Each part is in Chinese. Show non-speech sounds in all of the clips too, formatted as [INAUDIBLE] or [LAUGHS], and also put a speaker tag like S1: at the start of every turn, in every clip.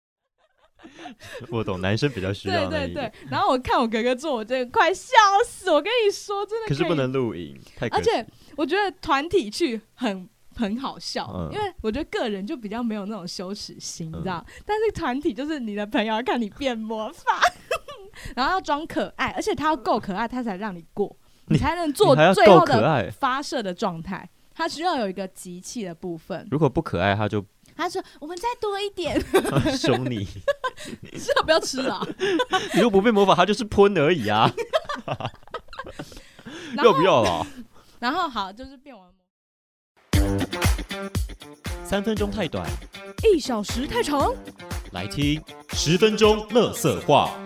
S1: [LAUGHS] 我懂，男生比较需
S2: 对
S1: 要那
S2: 对
S1: 一
S2: 对
S1: 点，，
S2: 然后我看我哥哥做，我真的快笑死！我跟你说，真的
S1: 可是
S2: 以
S1: 不能录影，太可
S2: 而
S1: 惜。
S2: 且我觉得团体去很很好笑，
S1: 嗯
S2: 因为我觉得个人就比较没有那种羞耻心，
S1: 嗯
S2: 你知道？但是团体就是你的朋友要看你变魔法， [LAUGHS] 然后要装可爱，而且他要够可爱，他才让你过，
S1: 你
S2: 你才能做
S1: 你还要
S2: 最后
S1: 够可
S2: 的
S1: 爱，
S2: 发射的状态。他需要有一个集气的部分。
S1: 如果不可爱，他就 [LAUGHS]
S2: 他说：“我们再多一点， [LAUGHS]
S1: 凶你。
S2: 是要不要吃了？
S1: 你如果不被魔法，他就是喷而已
S2: [LAUGHS]
S1: 啊，
S2: 然
S1: 要
S2: 后
S1: 不，要啊啦？
S2: 然后好，就是变完魔
S1: 三分钟太短，
S2: 一小时太长。
S1: 来听十分钟乐色话。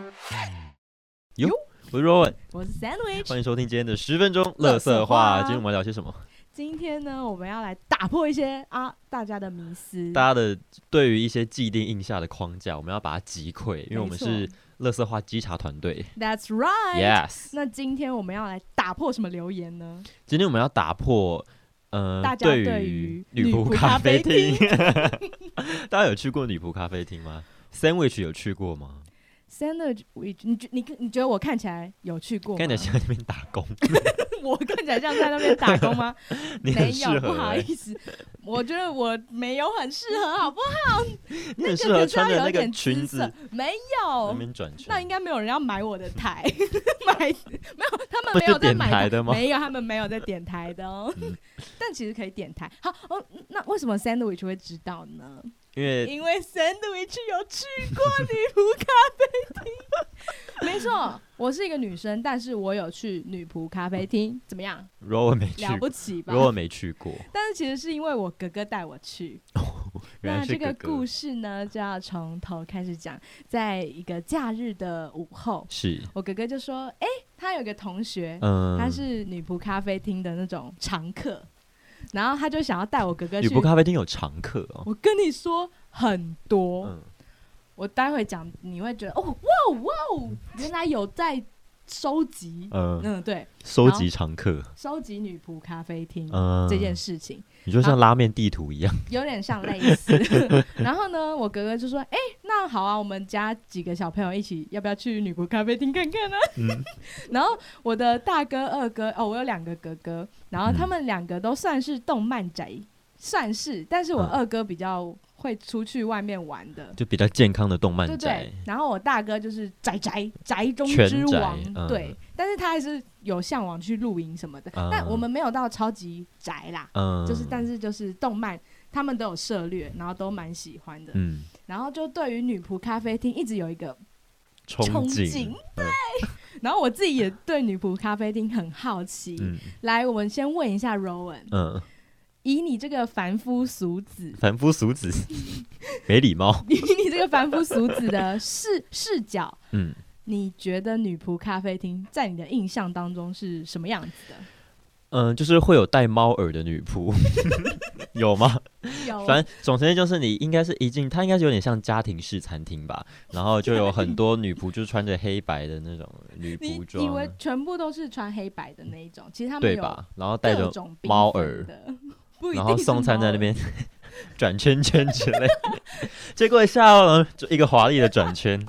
S1: 哟
S2: 哟，
S1: 我是 Rowan，
S2: 我是 Sandwich，
S1: 欢迎收听今天的十分钟乐色话。
S2: 垃圾话
S1: 今天我们要聊些什么？
S2: 今天呢，我们要来打破一些啊大家的迷思。
S1: 大家的对于一些既定印象的框架，我们要把它击溃，因为我们是乐色话稽查团队。
S2: That's right。
S1: Yes，
S2: 那今天我们要来打破什么留言呢？
S1: 今天我们要打破。呃
S2: 大，家对于
S1: 于女
S2: 女
S1: 仆
S2: 仆
S1: 咖
S2: 咖
S1: 啡
S2: 啡
S1: 厅， [LAUGHS] 大家有去过女仆咖啡厅吗？Sandwich 有去过吗？
S2: Sandwich，你你觉你你觉得我看起来有啊去过吗？
S1: 看起来像在那边打工，
S2: [LAUGHS] 我看起来像在那边打工吗？
S1: [LAUGHS] 你
S2: 没
S1: 很适
S2: 有，不
S1: 合
S2: 好
S1: 欸，
S2: 意思，我觉得我没有很适合，好不好？
S1: 哎
S2: [LAUGHS]
S1: 你很适
S2: 就
S1: 合
S2: 是要
S1: 穿着那
S2: 有
S1: 个
S2: 点
S1: 裙
S2: 姿色
S1: 子，
S2: 没
S1: 那
S2: 有。
S1: 边转圈。
S2: 那应该没有人要买我的台， [LAUGHS] 买没有，他们
S1: 不
S2: 没
S1: 是
S2: 有在
S1: 点
S2: 买
S1: 台的吗？
S2: 没有，他们没有在点台的哦。
S1: [LAUGHS] 嗯
S2: 但其实可以点台。好哦，那为什么 Sandwich 会知道呢？
S1: 因为
S2: 因为 Sandwich 有去过女仆咖
S1: [LAUGHS]
S2: 啡厅。没错，我是一个女生，但是我有去女仆咖啡厅，怎么样？
S1: Rowan 没去
S2: 了
S1: 过
S2: 不起吧？
S1: ，Rowan 没去
S2: [LAUGHS]
S1: 过，
S2: 但是其实是因为我哥哥带我去。
S1: 原来
S2: 那
S1: 是
S2: 这
S1: 哥
S2: 个
S1: 哥
S2: 故。事呢，就要从头开始讲。在一个假日的午后，
S1: 是，
S2: 我哥哥就说：“诶，他有个同学，
S1: 嗯，
S2: 他是女仆咖啡厅的那种常客，然后他就想要带我哥哥
S1: 女
S2: 去。
S1: 仆咖啡厅有常客哦。
S2: 我跟你说很多，
S1: 嗯，
S2: 我待会讲你会觉得哦哇哦哇哦，原来有在收集，
S1: 呃，
S2: 嗯对，
S1: 收集常客，
S2: 收集女仆咖啡厅、
S1: 嗯，
S2: 这件事啊情
S1: 你就像拉面地图
S2: [LAUGHS]
S1: 一样，
S2: 有点像类似。
S1: [LAUGHS]
S2: 然后呢，我哥哥就说：“哎、那好啊，我们家几个小朋友一起，要不要去女仆咖啡厅看看呢、
S1: 嗯
S2: 然后我的大哥、二哥，哦，我有两个哥哥，然后他
S1: 嗯
S2: 们两个都算是动漫宅，算是，但是我
S1: 嗯
S2: 二哥比较会出去外面玩的，
S1: 就比较健康的动
S2: 对
S1: 漫
S2: 不对
S1: 宅，。
S2: 然后我大哥就是宅宅宅中
S1: 全
S2: 之
S1: 宅
S2: 王，
S1: 嗯
S2: 对，但是他还是有向往去露营什么的。
S1: 嗯
S2: 但我们没有到超级宅啦，
S1: 嗯，
S2: 就是但是就是动漫。他们都有涉猎，然后都蛮喜欢的，
S1: 嗯，
S2: 然后就对于女仆咖啡厅一直有一个
S1: 憧
S2: 憧
S1: 憬
S2: 憬，然后我自己也对女仆咖啡厅很好奇。
S1: 嗯
S2: 来，我们先问一下 Rowan，
S1: 嗯，
S2: 以你这个凡夫俗子， [LAUGHS]
S1: 凡夫俗子，没礼貌，
S2: 以你这个凡夫俗子的视 [LAUGHS] 视角，
S1: 嗯。
S2: 你觉得女仆咖啡厅在你的印象当中是什么样子的？
S1: 嗯，就是会有戴猫耳的女 [LAUGHS] 仆，有吗？
S2: 有
S1: 反正总之就是你应该是一进，它应该是有点像家庭式餐厅吧，然后就有很多女仆，就穿着黑白的那种女
S2: 你
S1: 仆
S2: 以为
S1: 装，
S2: 全部都是穿黑白的那一种，其实他们
S1: 对
S2: 有
S1: 吧？然后戴
S2: 各
S1: 着，
S2: 种
S1: 猫
S2: 缤纷
S1: 耳
S2: 的， [LAUGHS] 不一
S1: 然
S2: 定
S1: 后
S2: 是
S1: 送餐在那
S2: 猫耳
S1: 边 [LAUGHS] 转圈圈之类的，结果一下哦就一个华丽的转圈，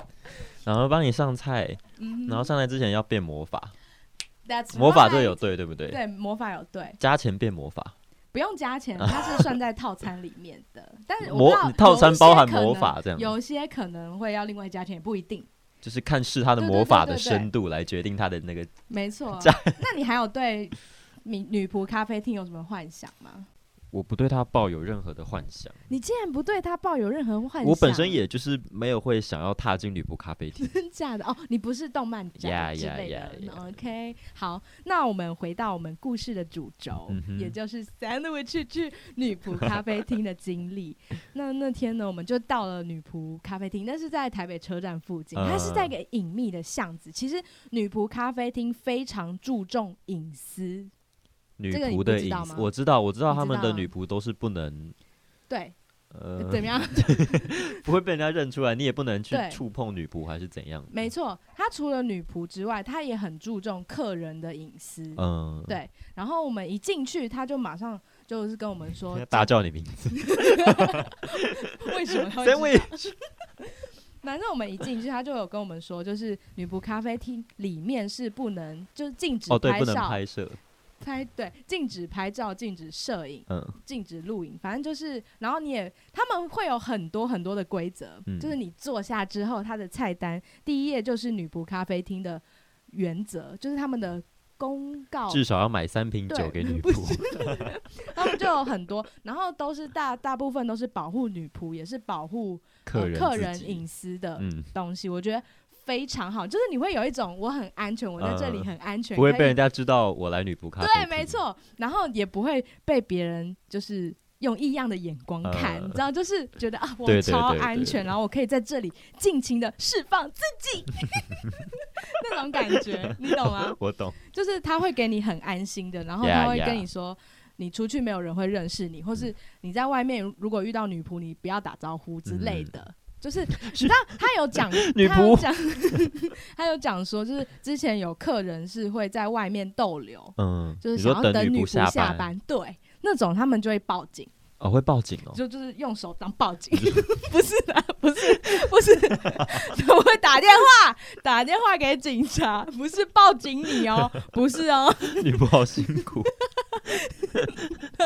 S1: 然后帮你上菜，
S2: 嗯哼
S1: 然后上来之前要变魔法，
S2: That's
S1: 魔法这个有
S2: right
S1: 对对不对？
S2: 对魔法有对，
S1: 加钱变魔法，
S2: 不用
S1: [LAUGHS]
S2: 加钱，它是算在套餐里面的。但是我不
S1: 魔
S2: 知道
S1: 套
S2: 有
S1: 餐
S2: 些
S1: 包含
S2: 可能
S1: 魔法这样
S2: 有些可能会要另外加钱，也不一定。
S1: 就是看是他的
S2: 对对
S1: 魔
S2: 对
S1: 法
S2: 对
S1: 的
S2: 对
S1: 深度来决定他的那个
S2: 没错
S1: [LAUGHS] 加。
S2: 那你还有对女女仆咖啡厅有什么幻想吗？
S1: 我不对他抱有任何的幻想，
S2: 你竟然不对他抱有任何幻想？
S1: 我本身也就是没有会想要踏进女仆咖啡厅。
S2: [LAUGHS] 真假的哦，你不是动漫宅
S1: Yeah,
S2: 之类的。
S1: yeah, yeah, yeah.
S2: OK，好，那我们回到我们故事的主轴，
S1: 嗯哼
S2: 也就是 Sandwich 去女仆咖啡厅的
S1: [LAUGHS]
S2: 经历。那那天呢，我们就到了女仆咖啡厅，那是在台北车站附近，
S1: 嗯
S2: 它是在一个隐秘的巷子。其实女仆咖啡厅非常注重隐私，
S1: 女
S2: 这个你
S1: 仆
S2: 不
S1: 的
S2: 知道
S1: 隐私
S2: 吗
S1: 我知道，我知道
S2: 你
S1: 他
S2: 知
S1: 们的
S2: 道
S1: 女仆都是不能
S2: 对，
S1: 呃，
S2: 怎么样？ [LAUGHS]
S1: 不会被人家认出来，你也不能去
S2: 对
S1: 触碰女仆还是怎样的。
S2: 没错，他除了女仆之外，他也很注重客人的隐私。
S1: 嗯，
S2: 对然后我们一进去，他就马上就是跟我们说 [LAUGHS]
S1: 大叫你名字
S2: 为什么他会知道
S1: [LAUGHS] ，Sandwich，
S2: 反正我们一进去，他就有跟我们说，就是女仆咖啡厅里面是不能，就是禁止
S1: 哦，对，
S2: 拍
S1: 不能
S2: 照、
S1: 拍摄，
S2: 拍对，禁止拍照、禁止摄影、
S1: 嗯，
S2: 禁止录影，反正就是，然后你也他们会有很多很多的规则，
S1: 嗯
S2: 就是你坐下之后，它的菜单第一页就是女仆咖啡厅的原则，就是他们的公告
S1: 至少要买三瓶
S2: 对
S1: 酒给女
S2: 不
S1: 仆，
S2: 他们就有很多，然后都是大大部分都是保护女仆，也是保护呃
S1: 客人
S2: 客
S1: 自
S2: 人
S1: 己
S2: 隐私的
S1: 嗯，
S2: 东西，我觉得非常好，就是你会有一种我很安全，我在这里
S1: 嗯
S2: 很安全，
S1: 不会
S2: 可以
S1: 被人家知道我来女仆咖啡
S2: 对，
S1: 厅，
S2: 没，错，然后也不会被别人就是。用异样的眼光看，
S1: 嗯
S2: 你知道，就是觉得啊，我
S1: 对对
S2: 超
S1: 对对
S2: 安全，
S1: 对
S2: 然后我可以在这里尽情的释放自己， [LAUGHS] 那种感觉，你懂吗？
S1: 我懂，
S2: 就是他会给你很安心的，然后
S1: Yeah,
S2: 他会跟
S1: yeah.
S2: 你说你出去没有人会认识你，或
S1: 嗯
S2: 是你在外面如果遇到女仆，你不要打招呼之类的。就是你知道他有讲，
S1: 嗯 [LAUGHS] 女
S2: 他有
S1: 仆
S2: 讲， [LAUGHS] 他有讲说，就是之前有客人是会在外面逗留，
S1: 嗯，
S2: 就是
S1: 你
S2: 想
S1: 说
S2: 要
S1: 等
S2: 等
S1: 女
S2: 仆
S1: 仆
S2: 下
S1: 班，
S2: 对那种他们就会报警，
S1: 哦，会报警哦，
S2: 就就是用手当报警， [LAUGHS] 不是啦，不是不是， [LAUGHS] 我会打电话打电话给警察，不是报警你哦，不是哦， [LAUGHS]
S1: 女仆好辛苦，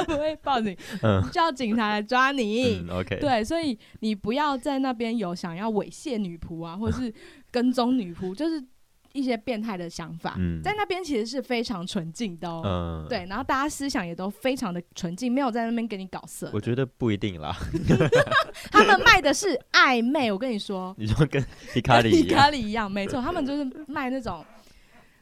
S2: 不会报警，
S1: [LAUGHS] 嗯
S2: 叫警察来抓你。
S1: 嗯，OK，
S2: 对，啊所以你不要在那边有想要猥亵女仆啊，或
S1: [LAUGHS]
S2: 是跟踪女仆，就是一些变态的想法。
S1: 嗯
S2: 在那边其实是非常纯净的哦。
S1: 嗯，
S2: 对，然后大家思想也都非常的纯净，没有在那边给你搞色
S1: 我。觉得不一定啦， [LAUGHS]
S2: [LAUGHS] 他们卖的是暧昧，我跟你说，
S1: 你说跟 h 卡里一
S2: 跟咖
S1: 样，
S2: 喱 [LAUGHS] 一样，没错，他们就是卖那种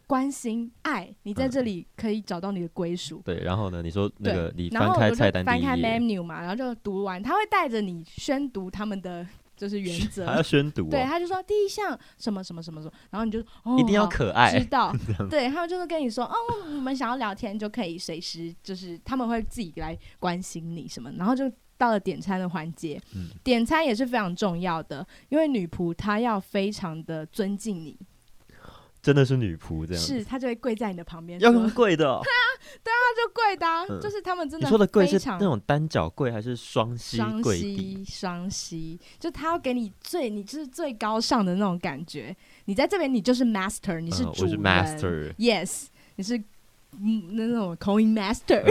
S2: 关心爱，你在
S1: 嗯
S2: 这里可以找到你的归属。
S1: 对，然后呢，你说那
S2: 对
S1: 个你
S2: 然
S1: 翻
S2: 后
S1: 开
S2: 我就
S1: 菜单第
S2: 翻
S1: 一
S2: 开
S1: 页，
S2: menu 嘛，然后就读完，他会带着你宣读他们的就是原
S1: [LAUGHS] 还要
S2: 则。
S1: 宣读
S2: 对，
S1: 哦，
S2: 他就说第一项什么什么什么什么，然后你就哦
S1: 一定要
S2: 好
S1: 可
S2: 知
S1: 爱， [LAUGHS]
S2: 道，对他们就是跟你说哦，我们想要聊天就可以随时，就是他们会自己来关心你什么，然后就到了点餐的环节，
S1: 嗯
S2: 点餐也是非常重要的，因为女仆她要非常的尊敬你，
S1: 真的是女仆这样，
S2: 是她就会跪在你的旁边说，
S1: 要
S2: 她
S1: 用贵的哦，
S2: 就跪的啊、
S1: 嗯
S2: 就是他们真
S1: 你
S2: 的
S1: 说的贵
S2: 非
S1: 是
S2: 常
S1: 那种单脚跪还是双膝
S2: 双
S1: 跪地？
S2: 膝双膝，就他要给你最你就是最高尚的那种感觉。你在这边你就是 master，你
S1: 嗯
S2: 主
S1: 我是
S2: 人、
S1: master，
S2: yes，你是嗯那种 coin master，、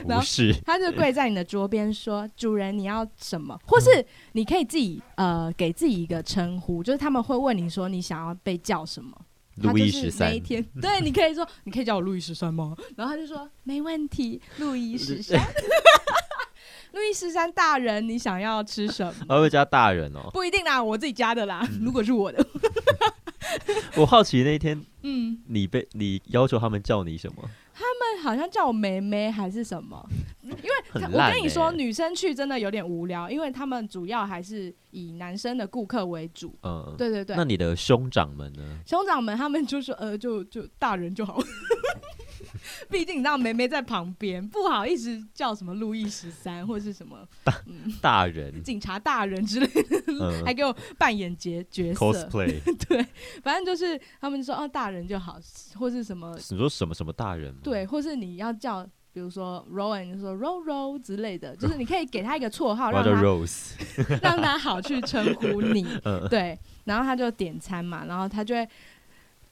S2: 然
S1: 不
S2: 后
S1: 是，
S2: 他就跪在你的桌边说：“主人你要什么？”或是你可以自己呃给自己一个称呼，就是他们会问你说你想要被叫什么。他
S1: 路
S2: 就
S1: 易
S2: 是
S1: 十
S2: 那
S1: 三 [LAUGHS]
S2: 一，天，对，你可以说，你可以叫我路易十三吗？然后他就说没问题，路易
S1: [LAUGHS]
S2: 十三，路易十三大人，你想要吃什么？
S1: 还会加大人哦。
S2: 不一定啦，我自己加的啦。
S1: 嗯
S2: 如果是我的，
S1: 我好奇那一天
S2: 嗯，
S1: 你被你要求他们叫你什么？
S2: 但好像叫我梅梅还是
S1: [LAUGHS]
S2: 什么。
S1: 很
S2: 我
S1: 烂、欸。
S2: 跟你说，女生去真的有点无聊，因为他们主要还是以男生的顾客为主。
S1: 嗯，
S2: 对对对
S1: 那，你的兄长们
S2: [LAUGHS]
S1: 呢？
S2: 兄长们他们就说，呃，就就大人就好。 [LAUGHS] 毕竟你知道梅梅在旁边，不好意思叫什么路易十三或是什么
S1: 大人，
S2: 警察大人之类的，
S1: 嗯
S2: 还给我扮演角角色。
S1: ，cosplay，
S2: [LAUGHS] 对，反正就是他们就说哦大人就好，或是什么
S1: 你说什么什么大人吗？
S2: 对，，或是你要叫比如说 Rowan 就说 Ro Ro 之类的，就是你可以给他一个绰号，
S1: [LAUGHS] 我
S2: 让
S1: 要叫
S2: 他
S1: Rose，
S2: [LAUGHS] 让他好去称呼
S1: [LAUGHS]
S2: 你。
S1: 嗯
S2: 对，然后他就点餐嘛，然后他就会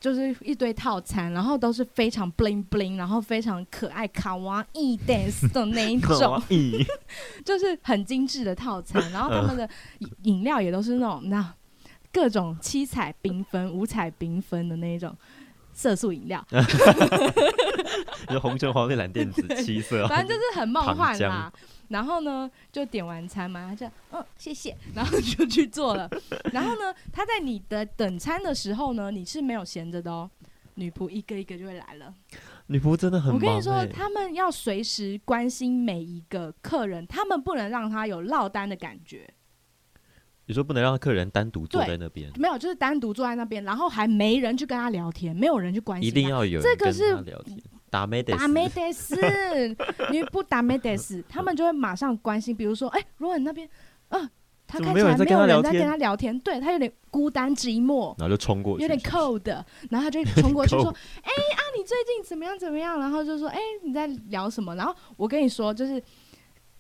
S2: 就是一堆套餐，然后都是非常 bling bling，然后非常可爱卡哇伊
S1: [LAUGHS]
S2: dance 的那一种，
S1: 咦，
S2: 就是很精致的套餐。然后他们的饮
S1: 嗯
S2: 饮料也都是那种那各种七彩缤纷、五彩缤纷的那一种色素饮料，
S1: 你说红橙黄绿蓝靛
S2: [LAUGHS]
S1: 紫七色啊，
S2: 反正就是很梦
S1: 糖
S2: 幻
S1: 浆
S2: 啦。然后呢，就点完餐嘛，他就嗯谢谢， [LAUGHS] 然后就去做了。 [LAUGHS] 然后呢，他在你的等餐的时候呢，你是没有闲着的哦。女仆一个一个就会来了，
S1: 女仆真的很
S2: 我
S1: 忙、欸。
S2: 跟你说，他们要随时关心每一个客人，他们不能让他有落单的感觉，
S1: 你说不能让客人单独坐
S2: 对
S1: 在那边，
S2: 没有，就是单独坐在那边，然后还没人去跟他聊天，没有人去关心
S1: 一
S2: 他，
S1: 定要有
S2: 这
S1: 人
S2: 个
S1: 跟
S2: 是
S1: 他聊天。打没得
S2: 打没
S1: [LAUGHS]
S2: 得死，女仆打没得死，他们就会马上关心，比如说，哎、罗恩那边，嗯、他
S1: 怎
S2: 看
S1: 么没
S2: 起来
S1: 有人在
S2: 没
S1: 跟
S2: 有
S1: 他
S2: 人
S1: 聊
S2: 在跟
S1: 天
S2: 他聊天，对他有点孤单寂寞，
S1: 然后就冲过去，
S2: 有点
S1: 是不是
S2: cold，然后他就冲过去
S1: 有
S2: 说
S1: 点，
S2: 哎、啊，你最近怎么样怎么样？然后就说，哎、你在聊什么？然后我跟你说，就是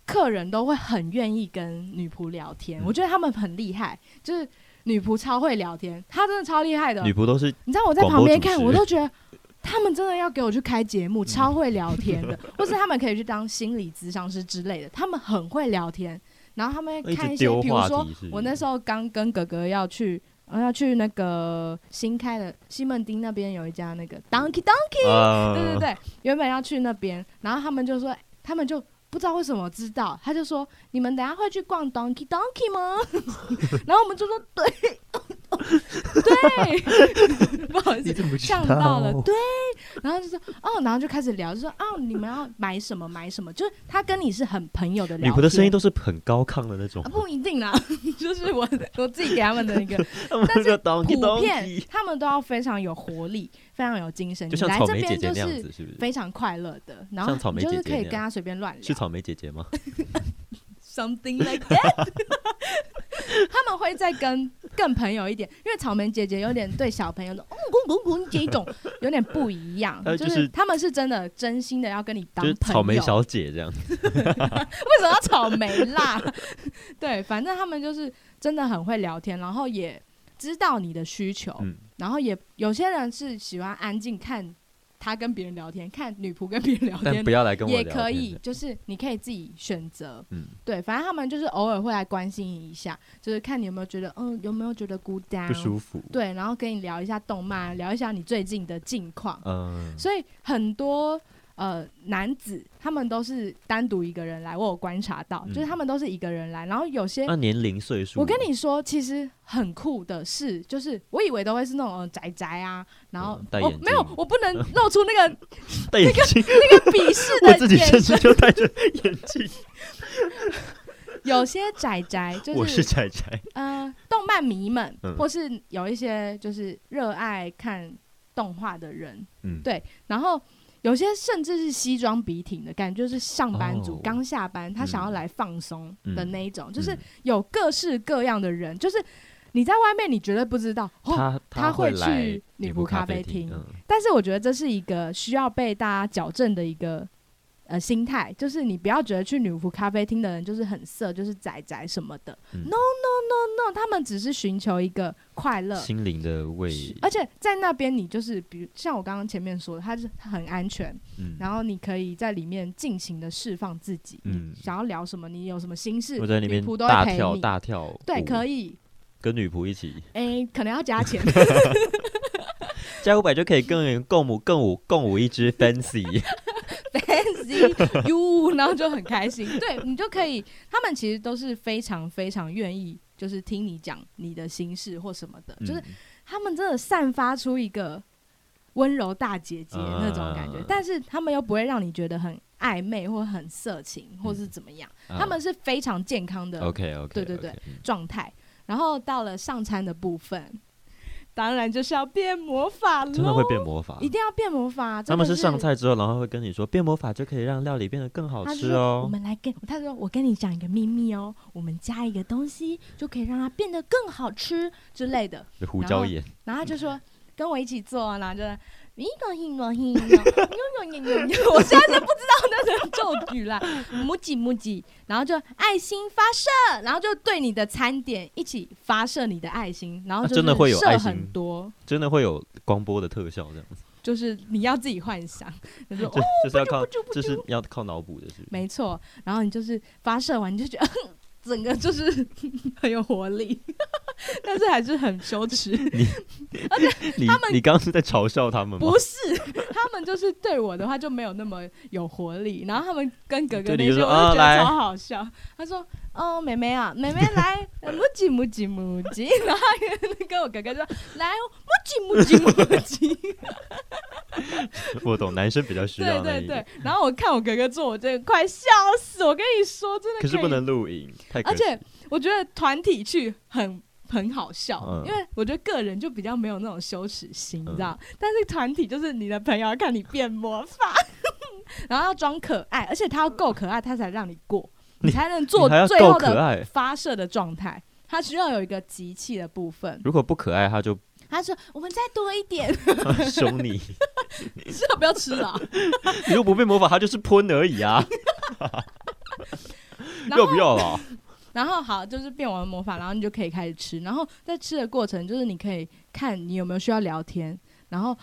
S2: 客人都会很愿意跟女仆聊天，
S1: 嗯
S2: 我觉得他们很厉害，就是女仆超会聊天，她真的超厉害的
S1: 女。仆都是
S2: 你知道我在旁边看，
S1: 广
S2: 我
S1: 播主持嗯
S2: 都觉得他们真的要给我去开节目，超会聊天
S1: [LAUGHS]
S2: 的，或是他们可以去当心理咨商师之类的，他们很会聊天。然后他们
S1: 一
S2: 会看
S1: 直
S2: 一些，
S1: 丢
S2: 比如
S1: 话
S2: 说
S1: 题是不是。
S2: 我那时
S1: 候
S2: 候刚跟哥哥要去，呃、要去那个新开的西门町那边有一家那个 Donkey Donkey，、对
S1: 啊嗯 [LAUGHS]
S2: 对对，原本要去那边，然后他们就说，他们就不知道为什么知道，他就说你们等一下会去逛 Donkey Donkey 吗？ [LAUGHS] 然后我们就说对，对，不好意思
S1: 你。怎么知
S2: 呛到了，
S1: 道
S2: 对，然后就说哦，然后就开始聊，就说哦，你们要买什么买什么，就是他跟你是很朋友的聊
S1: 女
S2: 天。
S1: 仆的声音都是很高亢的那种
S2: 啊，，不一定啦， [LAUGHS] 就是我我自己给他们的一个
S1: [LAUGHS] 他们
S2: 哦但是
S1: 就当
S2: 普遍，他们都要非常有活力，非常有精神。
S1: 就像
S2: 你来
S1: 草
S2: 这
S1: 莓姐
S2: 边
S1: 姐
S2: 就
S1: 那样
S2: 是
S1: 子，是不是？
S2: 非常快乐的，然后
S1: 像草莓
S2: 你就是
S1: 姐姐
S2: 可以
S1: 那
S2: 跟他随便乱
S1: 是
S2: 聊
S1: 草莓姐姐吗？
S2: ，something like that。他们会再跟更朋友一点，因为草莓姐姐有点对小朋友的“哦咕咕咕”这一
S1: [LAUGHS]
S2: 种有点不一样，
S1: 她
S2: 就
S1: 就是
S2: 是他们是真的真心的要跟你当
S1: 就是
S2: 朋
S1: 草莓
S2: 友，
S1: 小姐这样。
S2: 为什么要草莓啦？ [LAUGHS] 对，反正他们就是真的很会聊天，然后也知道你的需求，
S1: 嗯
S2: 然后也有些人是喜欢安静看他跟别人聊天，看女仆跟别人聊
S1: 但
S2: 天
S1: 不。要来跟我
S2: 也
S1: 聊天
S2: 可以，就是你可以自己选择，
S1: 嗯，
S2: 对，反正他们就是偶尔会来关心你一下，就是看你有没有觉得，嗯，有没有觉得孤单，
S1: 不舒服。
S2: 服，嗯对，然后跟你聊一下动漫，聊一下你最近的近况，
S1: 嗯，
S2: 所以很多呃男子他们都是单独一个人来，我有观察到，
S1: 嗯啊
S2: 就是他们都是一个人来，然后有些。
S1: 那年龄岁数，
S2: 我跟你说，其实很酷的是，就是我以为都会是那种、呃、宅宅啊，然后、
S1: 嗯戴眼
S2: 哦
S1: 镜
S2: 没有，我不能露出那个 [LAUGHS]
S1: 戴眼镜，
S2: 那个鄙视
S1: 我
S2: 的
S1: 自己
S2: 眼
S1: 甚至
S2: 神。
S1: 就戴着眼镜。
S2: 有些宅宅就
S1: 我
S2: 是
S1: 是仔仔，
S2: 呃动漫迷们，
S1: 嗯
S2: 或是有一些就是热爱看动画的人，
S1: 嗯，
S2: 对然后有些甚至是西装笔挺的感觉，就是上班族
S1: 哦
S2: 刚、下班，他想要
S1: 嗯
S2: 来放松的那一种，就是
S1: 嗯
S2: 有各式各样的人，就是你在外面你绝对不知道，哦、
S1: 他
S2: 他会
S1: 会来
S2: 去女
S1: 女
S2: 仆
S1: 仆
S2: 咖
S1: 咖
S2: 啡
S1: 厅，
S2: 厅
S1: 嗯
S2: 但是我觉得这是一个需要被大家矫正的一个呃心态，就是你不要觉得去女仆咖啡厅的人就是很色，就是宅宅什么的、
S1: 嗯
S2: n o No No No，他们只是寻求一个快乐，
S1: 心灵的慰，
S2: 而且在那边你就是比如像我刚刚前面说的，它是很安全。
S1: 嗯，
S2: 然后你可以在里面尽情的释放自己，
S1: 嗯
S2: 你想要聊什么，你有什么心事，
S1: 我在那边
S2: 女仆都会
S1: 大
S2: 陪
S1: 跳
S2: 你。
S1: 大跳，
S2: 对，可
S1: 以
S2: 以，
S1: 跟女仆一起，
S2: 诶，可能要加
S1: [LAUGHS]
S2: 钱，
S1: 加五百就可以
S2: [LAUGHS]
S1: 跟共舞共舞共舞一支 fancy，
S2: fancy you，然后就很开心。对你就可以，他们其实都是非常非常愿意，就是听你讲你的心事或什么的，就是
S1: 嗯
S2: 他们真的散发出一个温柔大姐姐那种感觉，
S1: 啊
S2: 但是他们又不会让你觉得很暧昧或很色情或是怎么样，他们是非常健康的
S1: 啊 OK 嗯 OK，
S2: 对对对状态。然后到了上餐的部分，当然就是要变魔法
S1: 真的会
S2: 喽，
S1: 变魔法
S2: 一。定要变魔法。
S1: 他们
S2: 真的
S1: 是
S2: 是
S1: 上，菜之后，然后会跟你说变魔法就可以让料理变得更好
S2: 他就
S1: 吃
S2: 说我
S1: 哦。
S2: 们来跟他说，我跟你讲一个秘密哦，我们加一个东西就可以让它变得更好吃之类的。
S1: 就胡
S2: 然
S1: 椒
S2: 后
S1: 盐，
S2: 然后他就
S1: 嗯
S2: 说跟我一起做啊，然后就一个一个一个，呦呦呦呦呦， [LAUGHS] 我现在就不知道那个咒语啦，母鸡母鸡，然后就爱心发射，然后就对你的餐点一起发射你的爱心，然后
S1: 啊
S2: 就是
S1: 真的会有
S2: 射
S1: 爱心
S2: 很多。
S1: 真的会有光波的特效这样子，
S2: 就是你要自己幻想，
S1: [LAUGHS]
S2: 就说
S1: 就
S2: 哦，
S1: 就是要靠
S2: 不，就不
S1: 这
S2: 就是
S1: 要靠脑补的，是不是？
S2: 没错，然后你就是发射完，你就觉得嗯整个就是 [LAUGHS] 很有活力， [LAUGHS] 但是还是很羞耻。
S1: 你你刚刚是在嘲笑他们吗
S2: 不？是， [LAUGHS] 他们就是对我的话就没有那么有活力，然后他们跟哥哥
S1: 对
S2: 那
S1: 你
S2: 些
S1: 就
S2: 我
S1: 说
S2: 就觉
S1: 啊
S2: 得
S1: 来
S2: 超好笑。他说：“哦，妹妹啊，妹妹来， [LAUGHS] 呃母鸡母鸡母鸡。” [LAUGHS] 然后他跟我哥哥就说：“ [LAUGHS] 来，哦母鸡母鸡母鸡。”
S1: [LAUGHS] 我懂，男生比较需
S2: 对
S1: 要那
S2: 对
S1: 一
S2: 对
S1: 个，，
S2: 然后我看我哥哥做，我真的快笑死！我跟你说，真的
S1: 可是
S2: 以
S1: 不能录影，太可
S2: 而
S1: 惜
S2: 且我觉得团体去很很好笑，
S1: 嗯
S2: 因为我觉得个人就比较没有那种羞耻心，
S1: 嗯
S2: 你知道？但是团体就是你的朋友要看你变魔法， [LAUGHS] 然后要装可爱，而且他要够可爱，他才让你过，你才能做
S1: 你还要
S2: 最后
S1: 够可
S2: 的
S1: 爱。
S2: 发射的状态。他需要有一个集气的部分。
S1: 如果不可爱，他就 [LAUGHS]
S2: 他说：“我们再多一点， [LAUGHS]
S1: 凶你；
S2: 是啊要不要吃了？”
S1: 你如果不被魔法，他就是喷而已啊。
S2: [LAUGHS] 然
S1: 要
S2: 后
S1: 不要了？
S2: 然后好，就是变完魔法，然后你就可以开始吃。然后在吃的过程，就是你可以看你有没有需要聊天。然后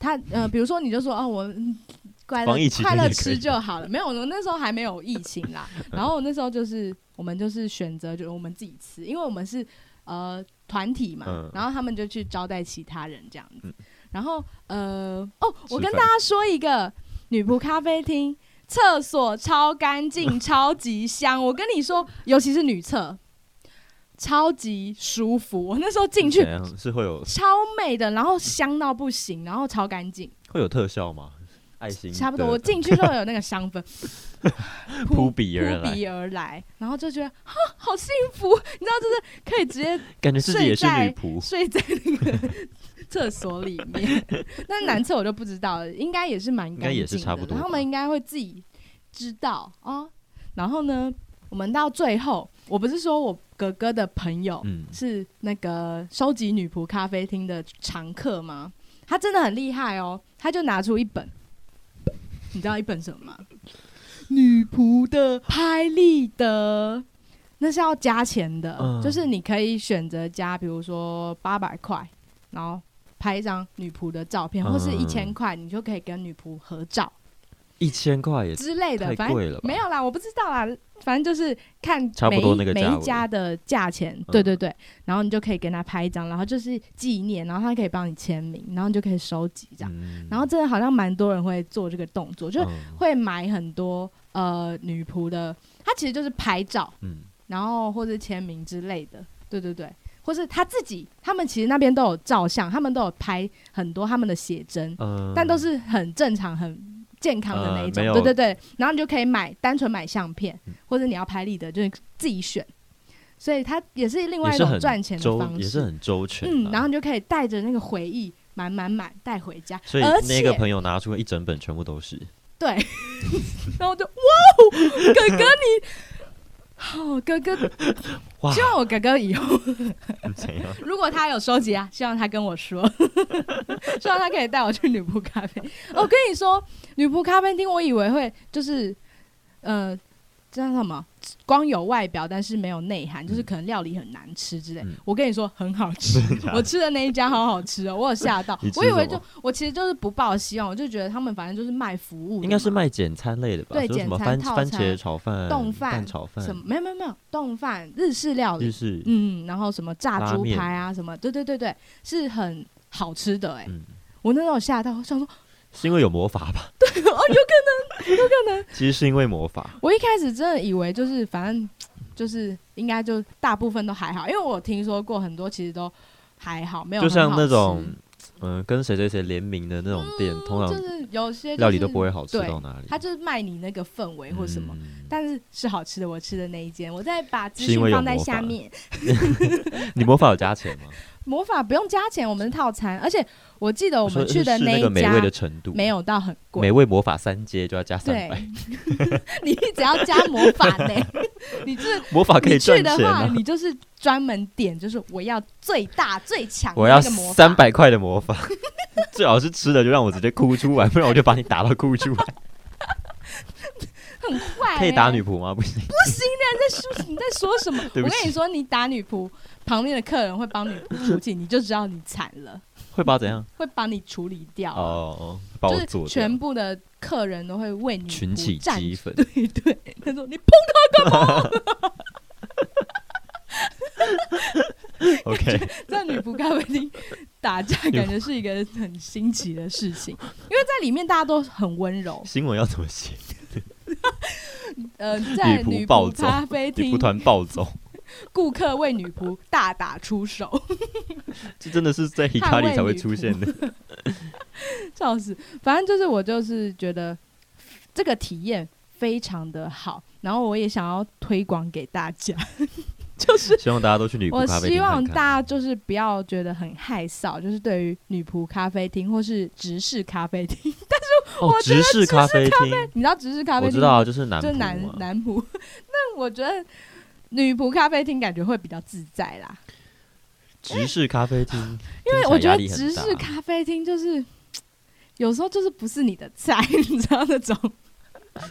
S2: 他呃，比如说你就说哦，我嗯快乐
S1: 防疫期间
S2: 快乐
S1: 也可以
S2: 吃就好了。没有，我那时候还没有疫情
S1: [LAUGHS]
S2: 啦。然后那时候就是我们就是选择就是我们自己吃，因为我们是呃团体嘛，
S1: 嗯
S2: 然后他们就去招待其他人这样子。
S1: 嗯
S2: 然后呃哦，
S1: 吃
S2: 我跟
S1: 饭
S2: 大家说一个女仆咖啡厅。厕所超干
S1: [LAUGHS]
S2: 净，超级香。我跟你说，尤其是女厕，超级舒服。我那时候进去
S1: 怎样是会有
S2: 超美的，然后香到不行，然后超干净，
S1: 会有特效吗？爱心
S2: 差不多。
S1: 的
S2: 我进去都有那个香氛
S1: [LAUGHS] 扑鼻而
S2: 扑
S1: 来，
S2: 鼻而来，然后就觉得哈，好幸福。你知道，就是可以直接
S1: 感觉自己也是
S2: 睡在
S1: 女仆。
S2: 睡在那个 [LAUGHS] 厕所里面。 [LAUGHS] 那男厕我就不知道了，应该也是蛮干
S1: 应该
S2: 净
S1: 也是
S2: 的，
S1: 差不多吧
S2: 他们应该会自己知道哦。然后呢，我们到最后，我不是说我哥哥的朋友
S1: 嗯，
S2: 是那个收集女仆咖啡厅的常客吗？他真的很厉害哦，他就拿出一本，你知道一本什么吗？女仆的拍立得，那是要加钱的，
S1: 嗯
S2: 就是你可以选择加，比如说八百块，然后拍一张女仆的照片，
S1: 嗯
S2: 或是一千块，你就可以跟女仆合照
S1: 一千块也
S2: 之类的，反
S1: 太
S2: 正
S1: 贵了吧？
S2: 没有啦，我不知道啦，反正就是看每一
S1: 差不多那个
S2: 每
S1: 价位嗯
S2: 一家的价钱，对对对，然后你就可以跟他拍一张，然后就是纪念，然后他可以帮你签名，然后你就可以收集这样，
S1: 嗯
S2: 然后真的好像蛮多人会做这个动作，就是
S1: 嗯
S2: 会买很多呃女仆的，它其实就是拍照，
S1: 嗯，
S2: 然后或者签名之类的，对对对。或是他自己，他们其实那边都有照相，他们都有拍很多他们的写真，
S1: 呃
S2: [LAUGHS] 但都是很正常、很健康的那一种，
S1: 呃没有
S2: 对对对。然后你就可以买单纯买相片，
S1: 嗯
S2: 或者你要拍立得，就是自己选。所以它也是另外
S1: 也
S2: 一
S1: 是
S2: 种
S1: 很
S2: 赚钱的
S1: 周
S2: 方式，
S1: 也是很周全啊。
S2: 嗯，然后你就可以带着那个回忆满满满带回家，
S1: 所以
S2: 而且
S1: 那个朋友拿出一整本，全部都
S2: [LAUGHS]
S1: 是。
S2: 对，然后我就哇哦，哥哥你。 [LAUGHS] 好、哥哥，
S1: [LAUGHS] 哇
S2: 希，望我哥哥以后，
S1: 怎样？
S2: 如果他有收集啊，希望他跟我说， [LAUGHS] 希望他可以带我去女仆
S1: [LAUGHS]
S2: 咖啡。我跟你说，女仆咖啡厅，我以为会就是，呃，叫什么？光有外表，但是没有内涵，就是可能料理很难吃之类。
S1: 嗯
S2: 我跟你说，很好
S1: [LAUGHS]
S2: 吃，我吃的那一家好好吃哦，我有吓到
S1: 你。吃
S2: 我以为
S1: 什么
S2: 就我其实就是不抱希望，我就觉得他们反正就是卖服务的嘛，
S1: 应该是卖简餐类的吧？
S2: 对
S1: 就是什么
S2: 简餐
S1: 番
S2: 套
S1: 番
S2: 餐
S1: 茄炒饭、
S2: 冻饭
S1: 蛋炒饭
S2: 什、么？没有没有没有，冻饭、日式料
S1: 日
S2: 理，
S1: 式。
S2: 嗯，然后什么炸
S1: 拉
S2: 猪
S1: 面
S2: 排啊，什么，对对对对，是很好吃的哎、
S1: 嗯
S2: 我那时候吓到，我想说，
S1: 是因为有魔法
S2: [LAUGHS]
S1: 吧？
S2: 哦，有可
S1: 其实是因为魔法。
S2: 我一开始真的以为就是反正就是应该就大部分都还好，因为我听说过很多其实都还好，没有
S1: 就
S2: 很
S1: 像
S2: 好
S1: 那
S2: 吃嗯
S1: 种，嗯、跟谁谁谁联名的那种店，通常
S2: 就是有些、
S1: 料理都不会，好吃
S2: 对
S1: 到哪里。
S2: 他就是卖你那个氛围或什么。
S1: 嗯
S2: 但是是好吃的，我吃的那一间，我再把资
S1: 是因
S2: 讯
S1: 为有
S2: 放在
S1: 魔
S2: 下
S1: 法
S2: 面。
S1: 你魔法有加钱吗？
S2: 魔法不用加钱，我们的套餐，而且我记得我
S1: 我
S2: 们去的
S1: 那
S2: 一
S1: 个美
S2: 家
S1: 味的程度，
S2: 没有到很
S1: 美
S2: 贵，
S1: 味魔法三阶就要加三
S2: 对 [LAUGHS]
S1: 百，，
S2: 你只要加魔法
S1: [LAUGHS]
S2: 呢，你就是
S1: 魔法哦可
S2: 你
S1: 以赚
S2: 去的
S1: 钱
S2: 话，
S1: 啊！
S2: 你就是专门点，就是我要最大最强的
S1: 我要
S2: 那个魔法
S1: 三，百块的魔法， [LAUGHS] 最好是吃的就让我直接哭出来，不然我就把你打到哭
S2: [LAUGHS]
S1: 出来。
S2: 很快、
S1: 可以打女
S2: 仆，
S1: 仆吗？不行，
S2: 你在说你在说
S1: [LAUGHS]
S2: 什么？我
S1: 对不
S2: 跟
S1: 起
S2: 你说，你打女仆，旁边的客人会帮女仆出气，你就知道你惨了，
S1: 会把我怎样？
S2: 会帮你处理掉
S1: 哦
S2: 啊、
S1: 哦，哦把我
S2: 就
S1: 做
S2: 是全部的客人都会为女仆
S1: 群起
S2: 站 [LAUGHS]
S1: 激愤，
S2: 对对，他说你碰
S1: [LAUGHS] OK， [LAUGHS]
S2: 在女仆咖啡厅打架，感觉是一个很新奇的事情，因为在里面大家都很温柔。
S1: 新闻要怎么写？
S2: 呃，
S1: 女
S2: 在
S1: 仆
S2: 女
S1: 暴
S2: 仆
S1: 走
S2: 咖啡
S1: 女仆
S2: 厅，
S1: 团暴
S2: [LAUGHS]
S1: 走，
S2: 顾客为女仆大打出手， [LAUGHS]
S1: 这真的是在意大利才会出现的。
S2: 笑死！反正就是我就是觉得这个体验非常的好，然后我也想要推广给大家， [LAUGHS] 就是
S1: 希望大家都去女仆
S2: 我
S1: 咖啡
S2: 希
S1: 厅看看。
S2: 望大家就是不要觉得很害臊，就是对于女仆咖啡厅或是直视咖啡厅， [LAUGHS]
S1: 哦，直视咖啡厅，
S2: 你知道直视咖啡
S1: 我
S2: 厅
S1: 知道啊，就是男
S2: 就
S1: 仆
S2: 男
S1: 嘛
S2: 男仆， [LAUGHS] 那我觉得女仆咖啡厅感觉会比较自在啦，
S1: 直视咖啡厅，
S2: [LAUGHS] 因
S1: 听
S2: 为
S1: 起来
S2: 我觉
S1: 压
S2: 得
S1: 力很
S2: 直
S1: 大啊
S2: 视咖啡厅就是有时候
S1: [LAUGHS]
S2: 就是不是你的菜，你知道那种。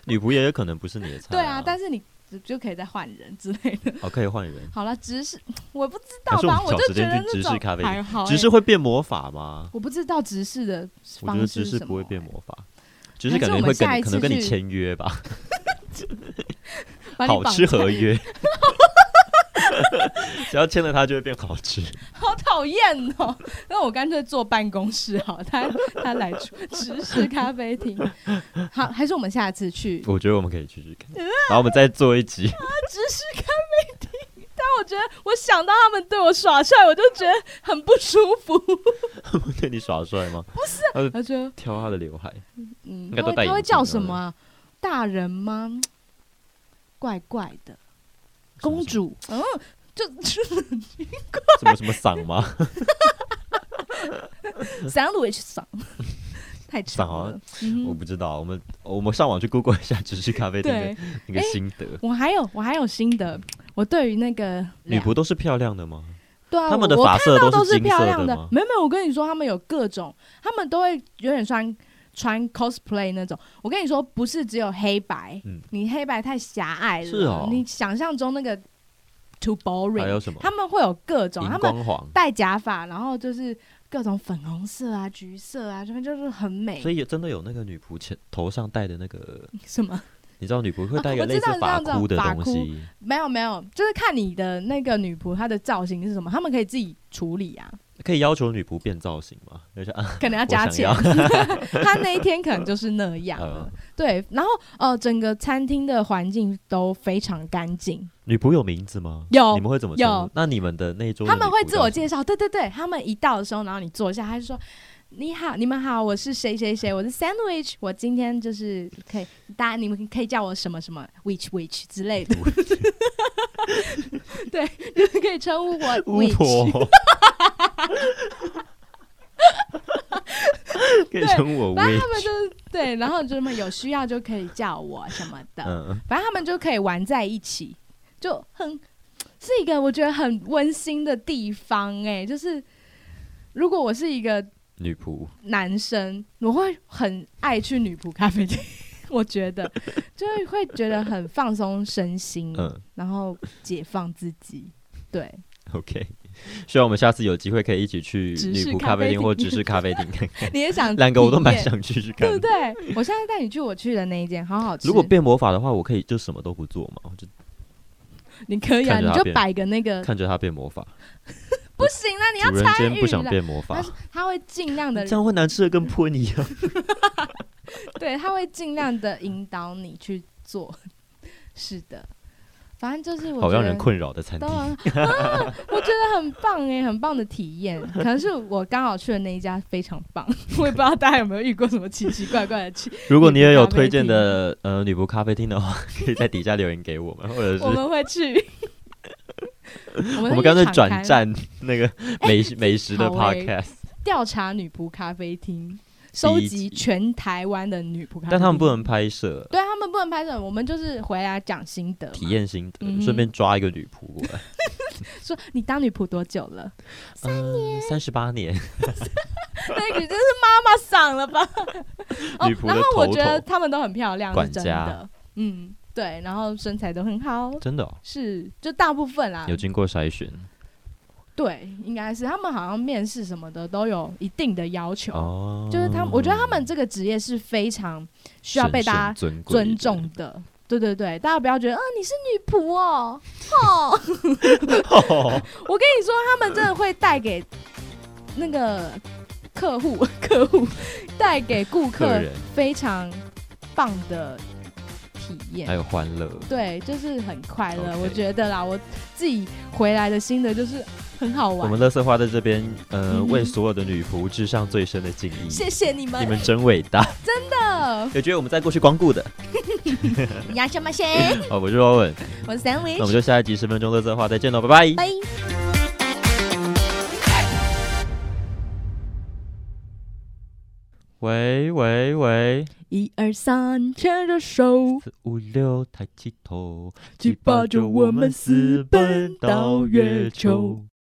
S1: 女仆也有可能不是你的菜。
S2: 对啊，但
S1: 是
S2: 是你就就可以再换人之类的。 [LAUGHS]
S1: 哦，可以换人。
S2: 好了，只是我不知道
S1: 还是我
S2: 吧，
S1: 们
S2: 我
S1: 找
S2: 就
S1: 时间
S2: 觉得
S1: 去
S2: 那
S1: 直视咖啡
S2: 种
S1: 厅
S2: 还好欸、
S1: 直视会变魔法吗？
S2: 我不知道直视的
S1: 我
S2: 方
S1: 觉得
S2: 式
S1: 直
S2: 是
S1: 视
S2: 什
S1: 不会
S2: 么
S1: 变
S2: 欸
S1: 魔法，只是
S2: 还
S1: 感
S2: 是
S1: 觉
S2: 我
S1: 会
S2: 们下
S1: 跟
S2: 一
S1: 可能
S2: 次
S1: 跟你
S2: 去
S1: 签约吧，
S2: 把啊你
S1: 好
S2: 绑
S1: 吃
S2: 在
S1: 合约。只要签了它就会变好吃。
S2: [LAUGHS] 好讨厌哦！ [LAUGHS] 那我干脆坐办公室好， [LAUGHS] 他他来出直视咖啡厅。 [LAUGHS] 好，还是我们下次去
S1: 我觉得我们可以去去看，然后我们再做一集。 [LAUGHS]
S2: 直视咖啡厅。 [LAUGHS] 但我觉得，我想到他们对我耍帅，我就觉得很不舒服。
S1: 对你耍帅吗？
S2: [LAUGHS] 他说
S1: 挑他的刘海，：“
S2: 嗯，
S1: 应该
S2: 他
S1: 都
S2: 会
S1: 戴
S2: 他会
S1: 眼镜
S2: 叫
S1: 了
S2: 什么啊、大人吗？怪怪的，公主。嗯，就 [LAUGHS]
S1: 什么什么嗓吗？
S2: sandwich 嗓， [LAUGHS] 太长
S1: 嗓啊
S2: 了。嗯
S1: 我
S2: 哼
S1: 不知道，我们我们上网去 Google 一下只是咖啡厅
S2: 对
S1: 的，那个
S2: 哎
S1: 心得。
S2: 我还有我还有新的，我对于那个
S1: 女
S2: 两
S1: 仆都是漂亮的吗？
S2: 对啊，
S1: 他们的
S2: 我
S1: 发色
S2: 我看到
S1: 都
S2: 都
S1: 是金
S2: 漂
S1: 色
S2: 亮
S1: 的
S2: 的
S1: 吗，
S2: 没有没有，我跟你说，他们有各种，他们都会有点穿穿 cosplay 那种。我跟你说，不是只有黑白，
S1: 嗯
S2: 你黑白太狭隘了，
S1: 是哦
S2: 你想象中那个 too
S1: 还
S2: boring，
S1: 有什么？
S2: 他们会有各种，他
S1: 荧
S2: 们
S1: 光黄。
S2: 戴假发，然后就是各种粉红色啊、橘色啊，这边就是很美
S1: 所。以真的有那个女仆前头上戴的那个，
S2: [LAUGHS]
S1: [LAUGHS]
S2: 什么？
S1: 你知道女仆会
S2: 啊
S1: 戴一个
S2: 我知
S1: 类似
S2: 道知
S1: 发
S2: 道知道
S1: 箍的
S2: 发
S1: 东
S2: 箍
S1: 西，
S2: 没有没有，就是看你的那个女仆她的造型是什么，他们可以自己处理
S1: [LAUGHS]
S2: 啊。
S1: 可以要求女仆变造型吗？就是啊，
S2: 可能要加
S1: 我想
S2: 钱
S1: 要。
S2: [LAUGHS]
S1: 嗯
S2: 他那一天可能就是那样了。对，然后呃，整个餐厅的环境都非常干净，
S1: 女仆有名字吗？
S2: 有
S1: 你们会怎么称呼
S2: 有？
S1: 那你们的那一桌的
S2: 他们
S1: 女
S2: 会
S1: 仆
S2: 自
S1: 叫
S2: 我
S1: 什
S2: 介绍。对对对，他们一到的时候，然后你坐下，他就说。你好，你们好，我是谁谁谁，我是 Sandwich，我今天就是可以，大家你们可以叫我什么什么 Which Which 之类
S1: [LAUGHS]
S2: 的，对，你们可以称呼我
S1: 么巫
S2: Which， [LAUGHS]
S1: 婆， [LAUGHS] 可以
S2: 对
S1: 称我
S2: 反正
S1: 薇。
S2: 他们就是对，然后就是有需要就可以叫我什么的，
S1: 嗯，
S2: 反正他们就可以玩在一起，就很是一个我觉得很温馨的地方、哎，就是如果我是一个
S1: 女仆，
S2: 男生，我会很爱去女仆咖啡厅， [LAUGHS] 我觉得就是会觉得很放松身心，
S1: 嗯
S2: 然后解放自己。对，
S1: ，OK。希望 [LAUGHS] 我们下次有机会可以一起去
S2: 直
S1: 女
S2: 视
S1: 仆
S2: 咖
S1: 咖啡
S2: 啡
S1: 厅或
S2: 厅
S1: 只是咖啡厅
S2: [LAUGHS]
S1: 看看，
S2: 你也想
S1: 哦两个我都蛮
S2: 体验，
S1: 想去去看
S2: 对不。对？我下次带你去我去的那一间，好好吃。
S1: 如果变魔法的话，我可以就什么都不做嘛，我就
S2: 你可以啊，
S1: 看着
S2: 你
S1: 它
S2: 就
S1: 变
S2: 摆个那个，
S1: 看着它变魔法。
S2: 不行啊，呃你要
S1: 主人
S2: 参
S1: 间
S2: 与
S1: 不想
S2: 啦
S1: 变魔法
S2: 他，他会尽量的
S1: [LAUGHS] 这样会难吃的跟喷一样。
S2: 对，他会尽量的引导你去做。 [LAUGHS] 是的，反正就是
S1: [LAUGHS]
S2: 我
S1: 好
S2: 觉
S1: 让
S2: 得
S1: 人困扰的餐
S2: 都
S1: 厅。
S2: 很、 [LAUGHS] 啊我觉得很棒哎、很棒的体验。可能是我刚好去的那一家非常棒， [LAUGHS] 我也不知道大家有没有遇过什么奇奇怪怪的奇，
S1: 如果
S2: 女
S1: 你
S2: 仆
S1: 也有
S2: 咖啡
S1: 推荐
S2: 厅
S1: 的呃女仆咖啡厅的话，可以在底下留言给我们，或者是 [LAUGHS]
S2: 我们会去。我
S1: 我
S2: 们
S1: 们
S2: 会
S1: 干脆
S2: 去
S1: 转
S2: 敞开
S1: 战那个美食美食
S2: [LAUGHS]
S1: 的
S2: 好欸
S1: podcast，
S2: 调查女仆咖啡厅，收
S1: 第一
S2: 集
S1: 集
S2: 全台湾的女仆咖啡厅。
S1: 但他们不能，拍摄，
S2: 对他们不能拍摄，我们就是回来讲心得嘛，
S1: 体验心得，
S2: 嗯
S1: 顺便抓一个女仆过来。
S2: 说你当女仆多久了？
S1: 三年，呃三十八年，
S2: 那个真是妈妈嗓
S1: [LAUGHS]
S2: 了吧？哦
S1: 女仆的
S2: 然后我
S1: 头
S2: 觉得
S1: 头
S2: 她们都很漂亮，
S1: 管
S2: 是真
S1: 家
S2: 的。嗯，对，然后身材都很好，
S1: 真的哦
S2: 是就大部分啦
S1: 有。经过筛选
S2: 对，应该是他们好像面试什么的都有一定的要求，
S1: 哦。
S2: 就是他们，我觉得他们这个职业是非常需要被大家
S1: 神圣贵
S2: 尊
S1: 的 [LAUGHS]
S2: 重的。对对对，大家不要觉得，啊，你是女仆哦，哦， [LAUGHS] 我跟你说，他们真的会带给那个客户、客户带给顾
S1: 客
S2: 客
S1: 人，
S2: 非常棒的体验
S1: 还。有欢乐。
S2: 对，就是很快乐
S1: 哎 OK
S2: 我觉得啦，我自己回来的心得就是很好
S1: 我
S2: 玩。
S1: 们乐色花在这边，呃，
S2: 嗯
S1: 为所有的女仆致上最深的敬意。
S2: 谢谢你们，
S1: 你们真伟 [LAUGHS] 大！
S2: 的，
S1: 有觉得我们在过去光顾 [LAUGHS] 的，
S2: 你要什么先？
S1: [LAUGHS] 好，哦我是罗文，
S2: 我是
S1: 那我们
S2: Sandwich，
S1: 就下一集十分钟乐色话再见喽，拜拜。
S2: 拜。
S1: 喂喂喂，
S2: 一二三，牵着手，
S1: 四五六抬起头，
S2: 去
S1: 七八
S2: 把着
S1: 九
S2: 我们私奔到月球。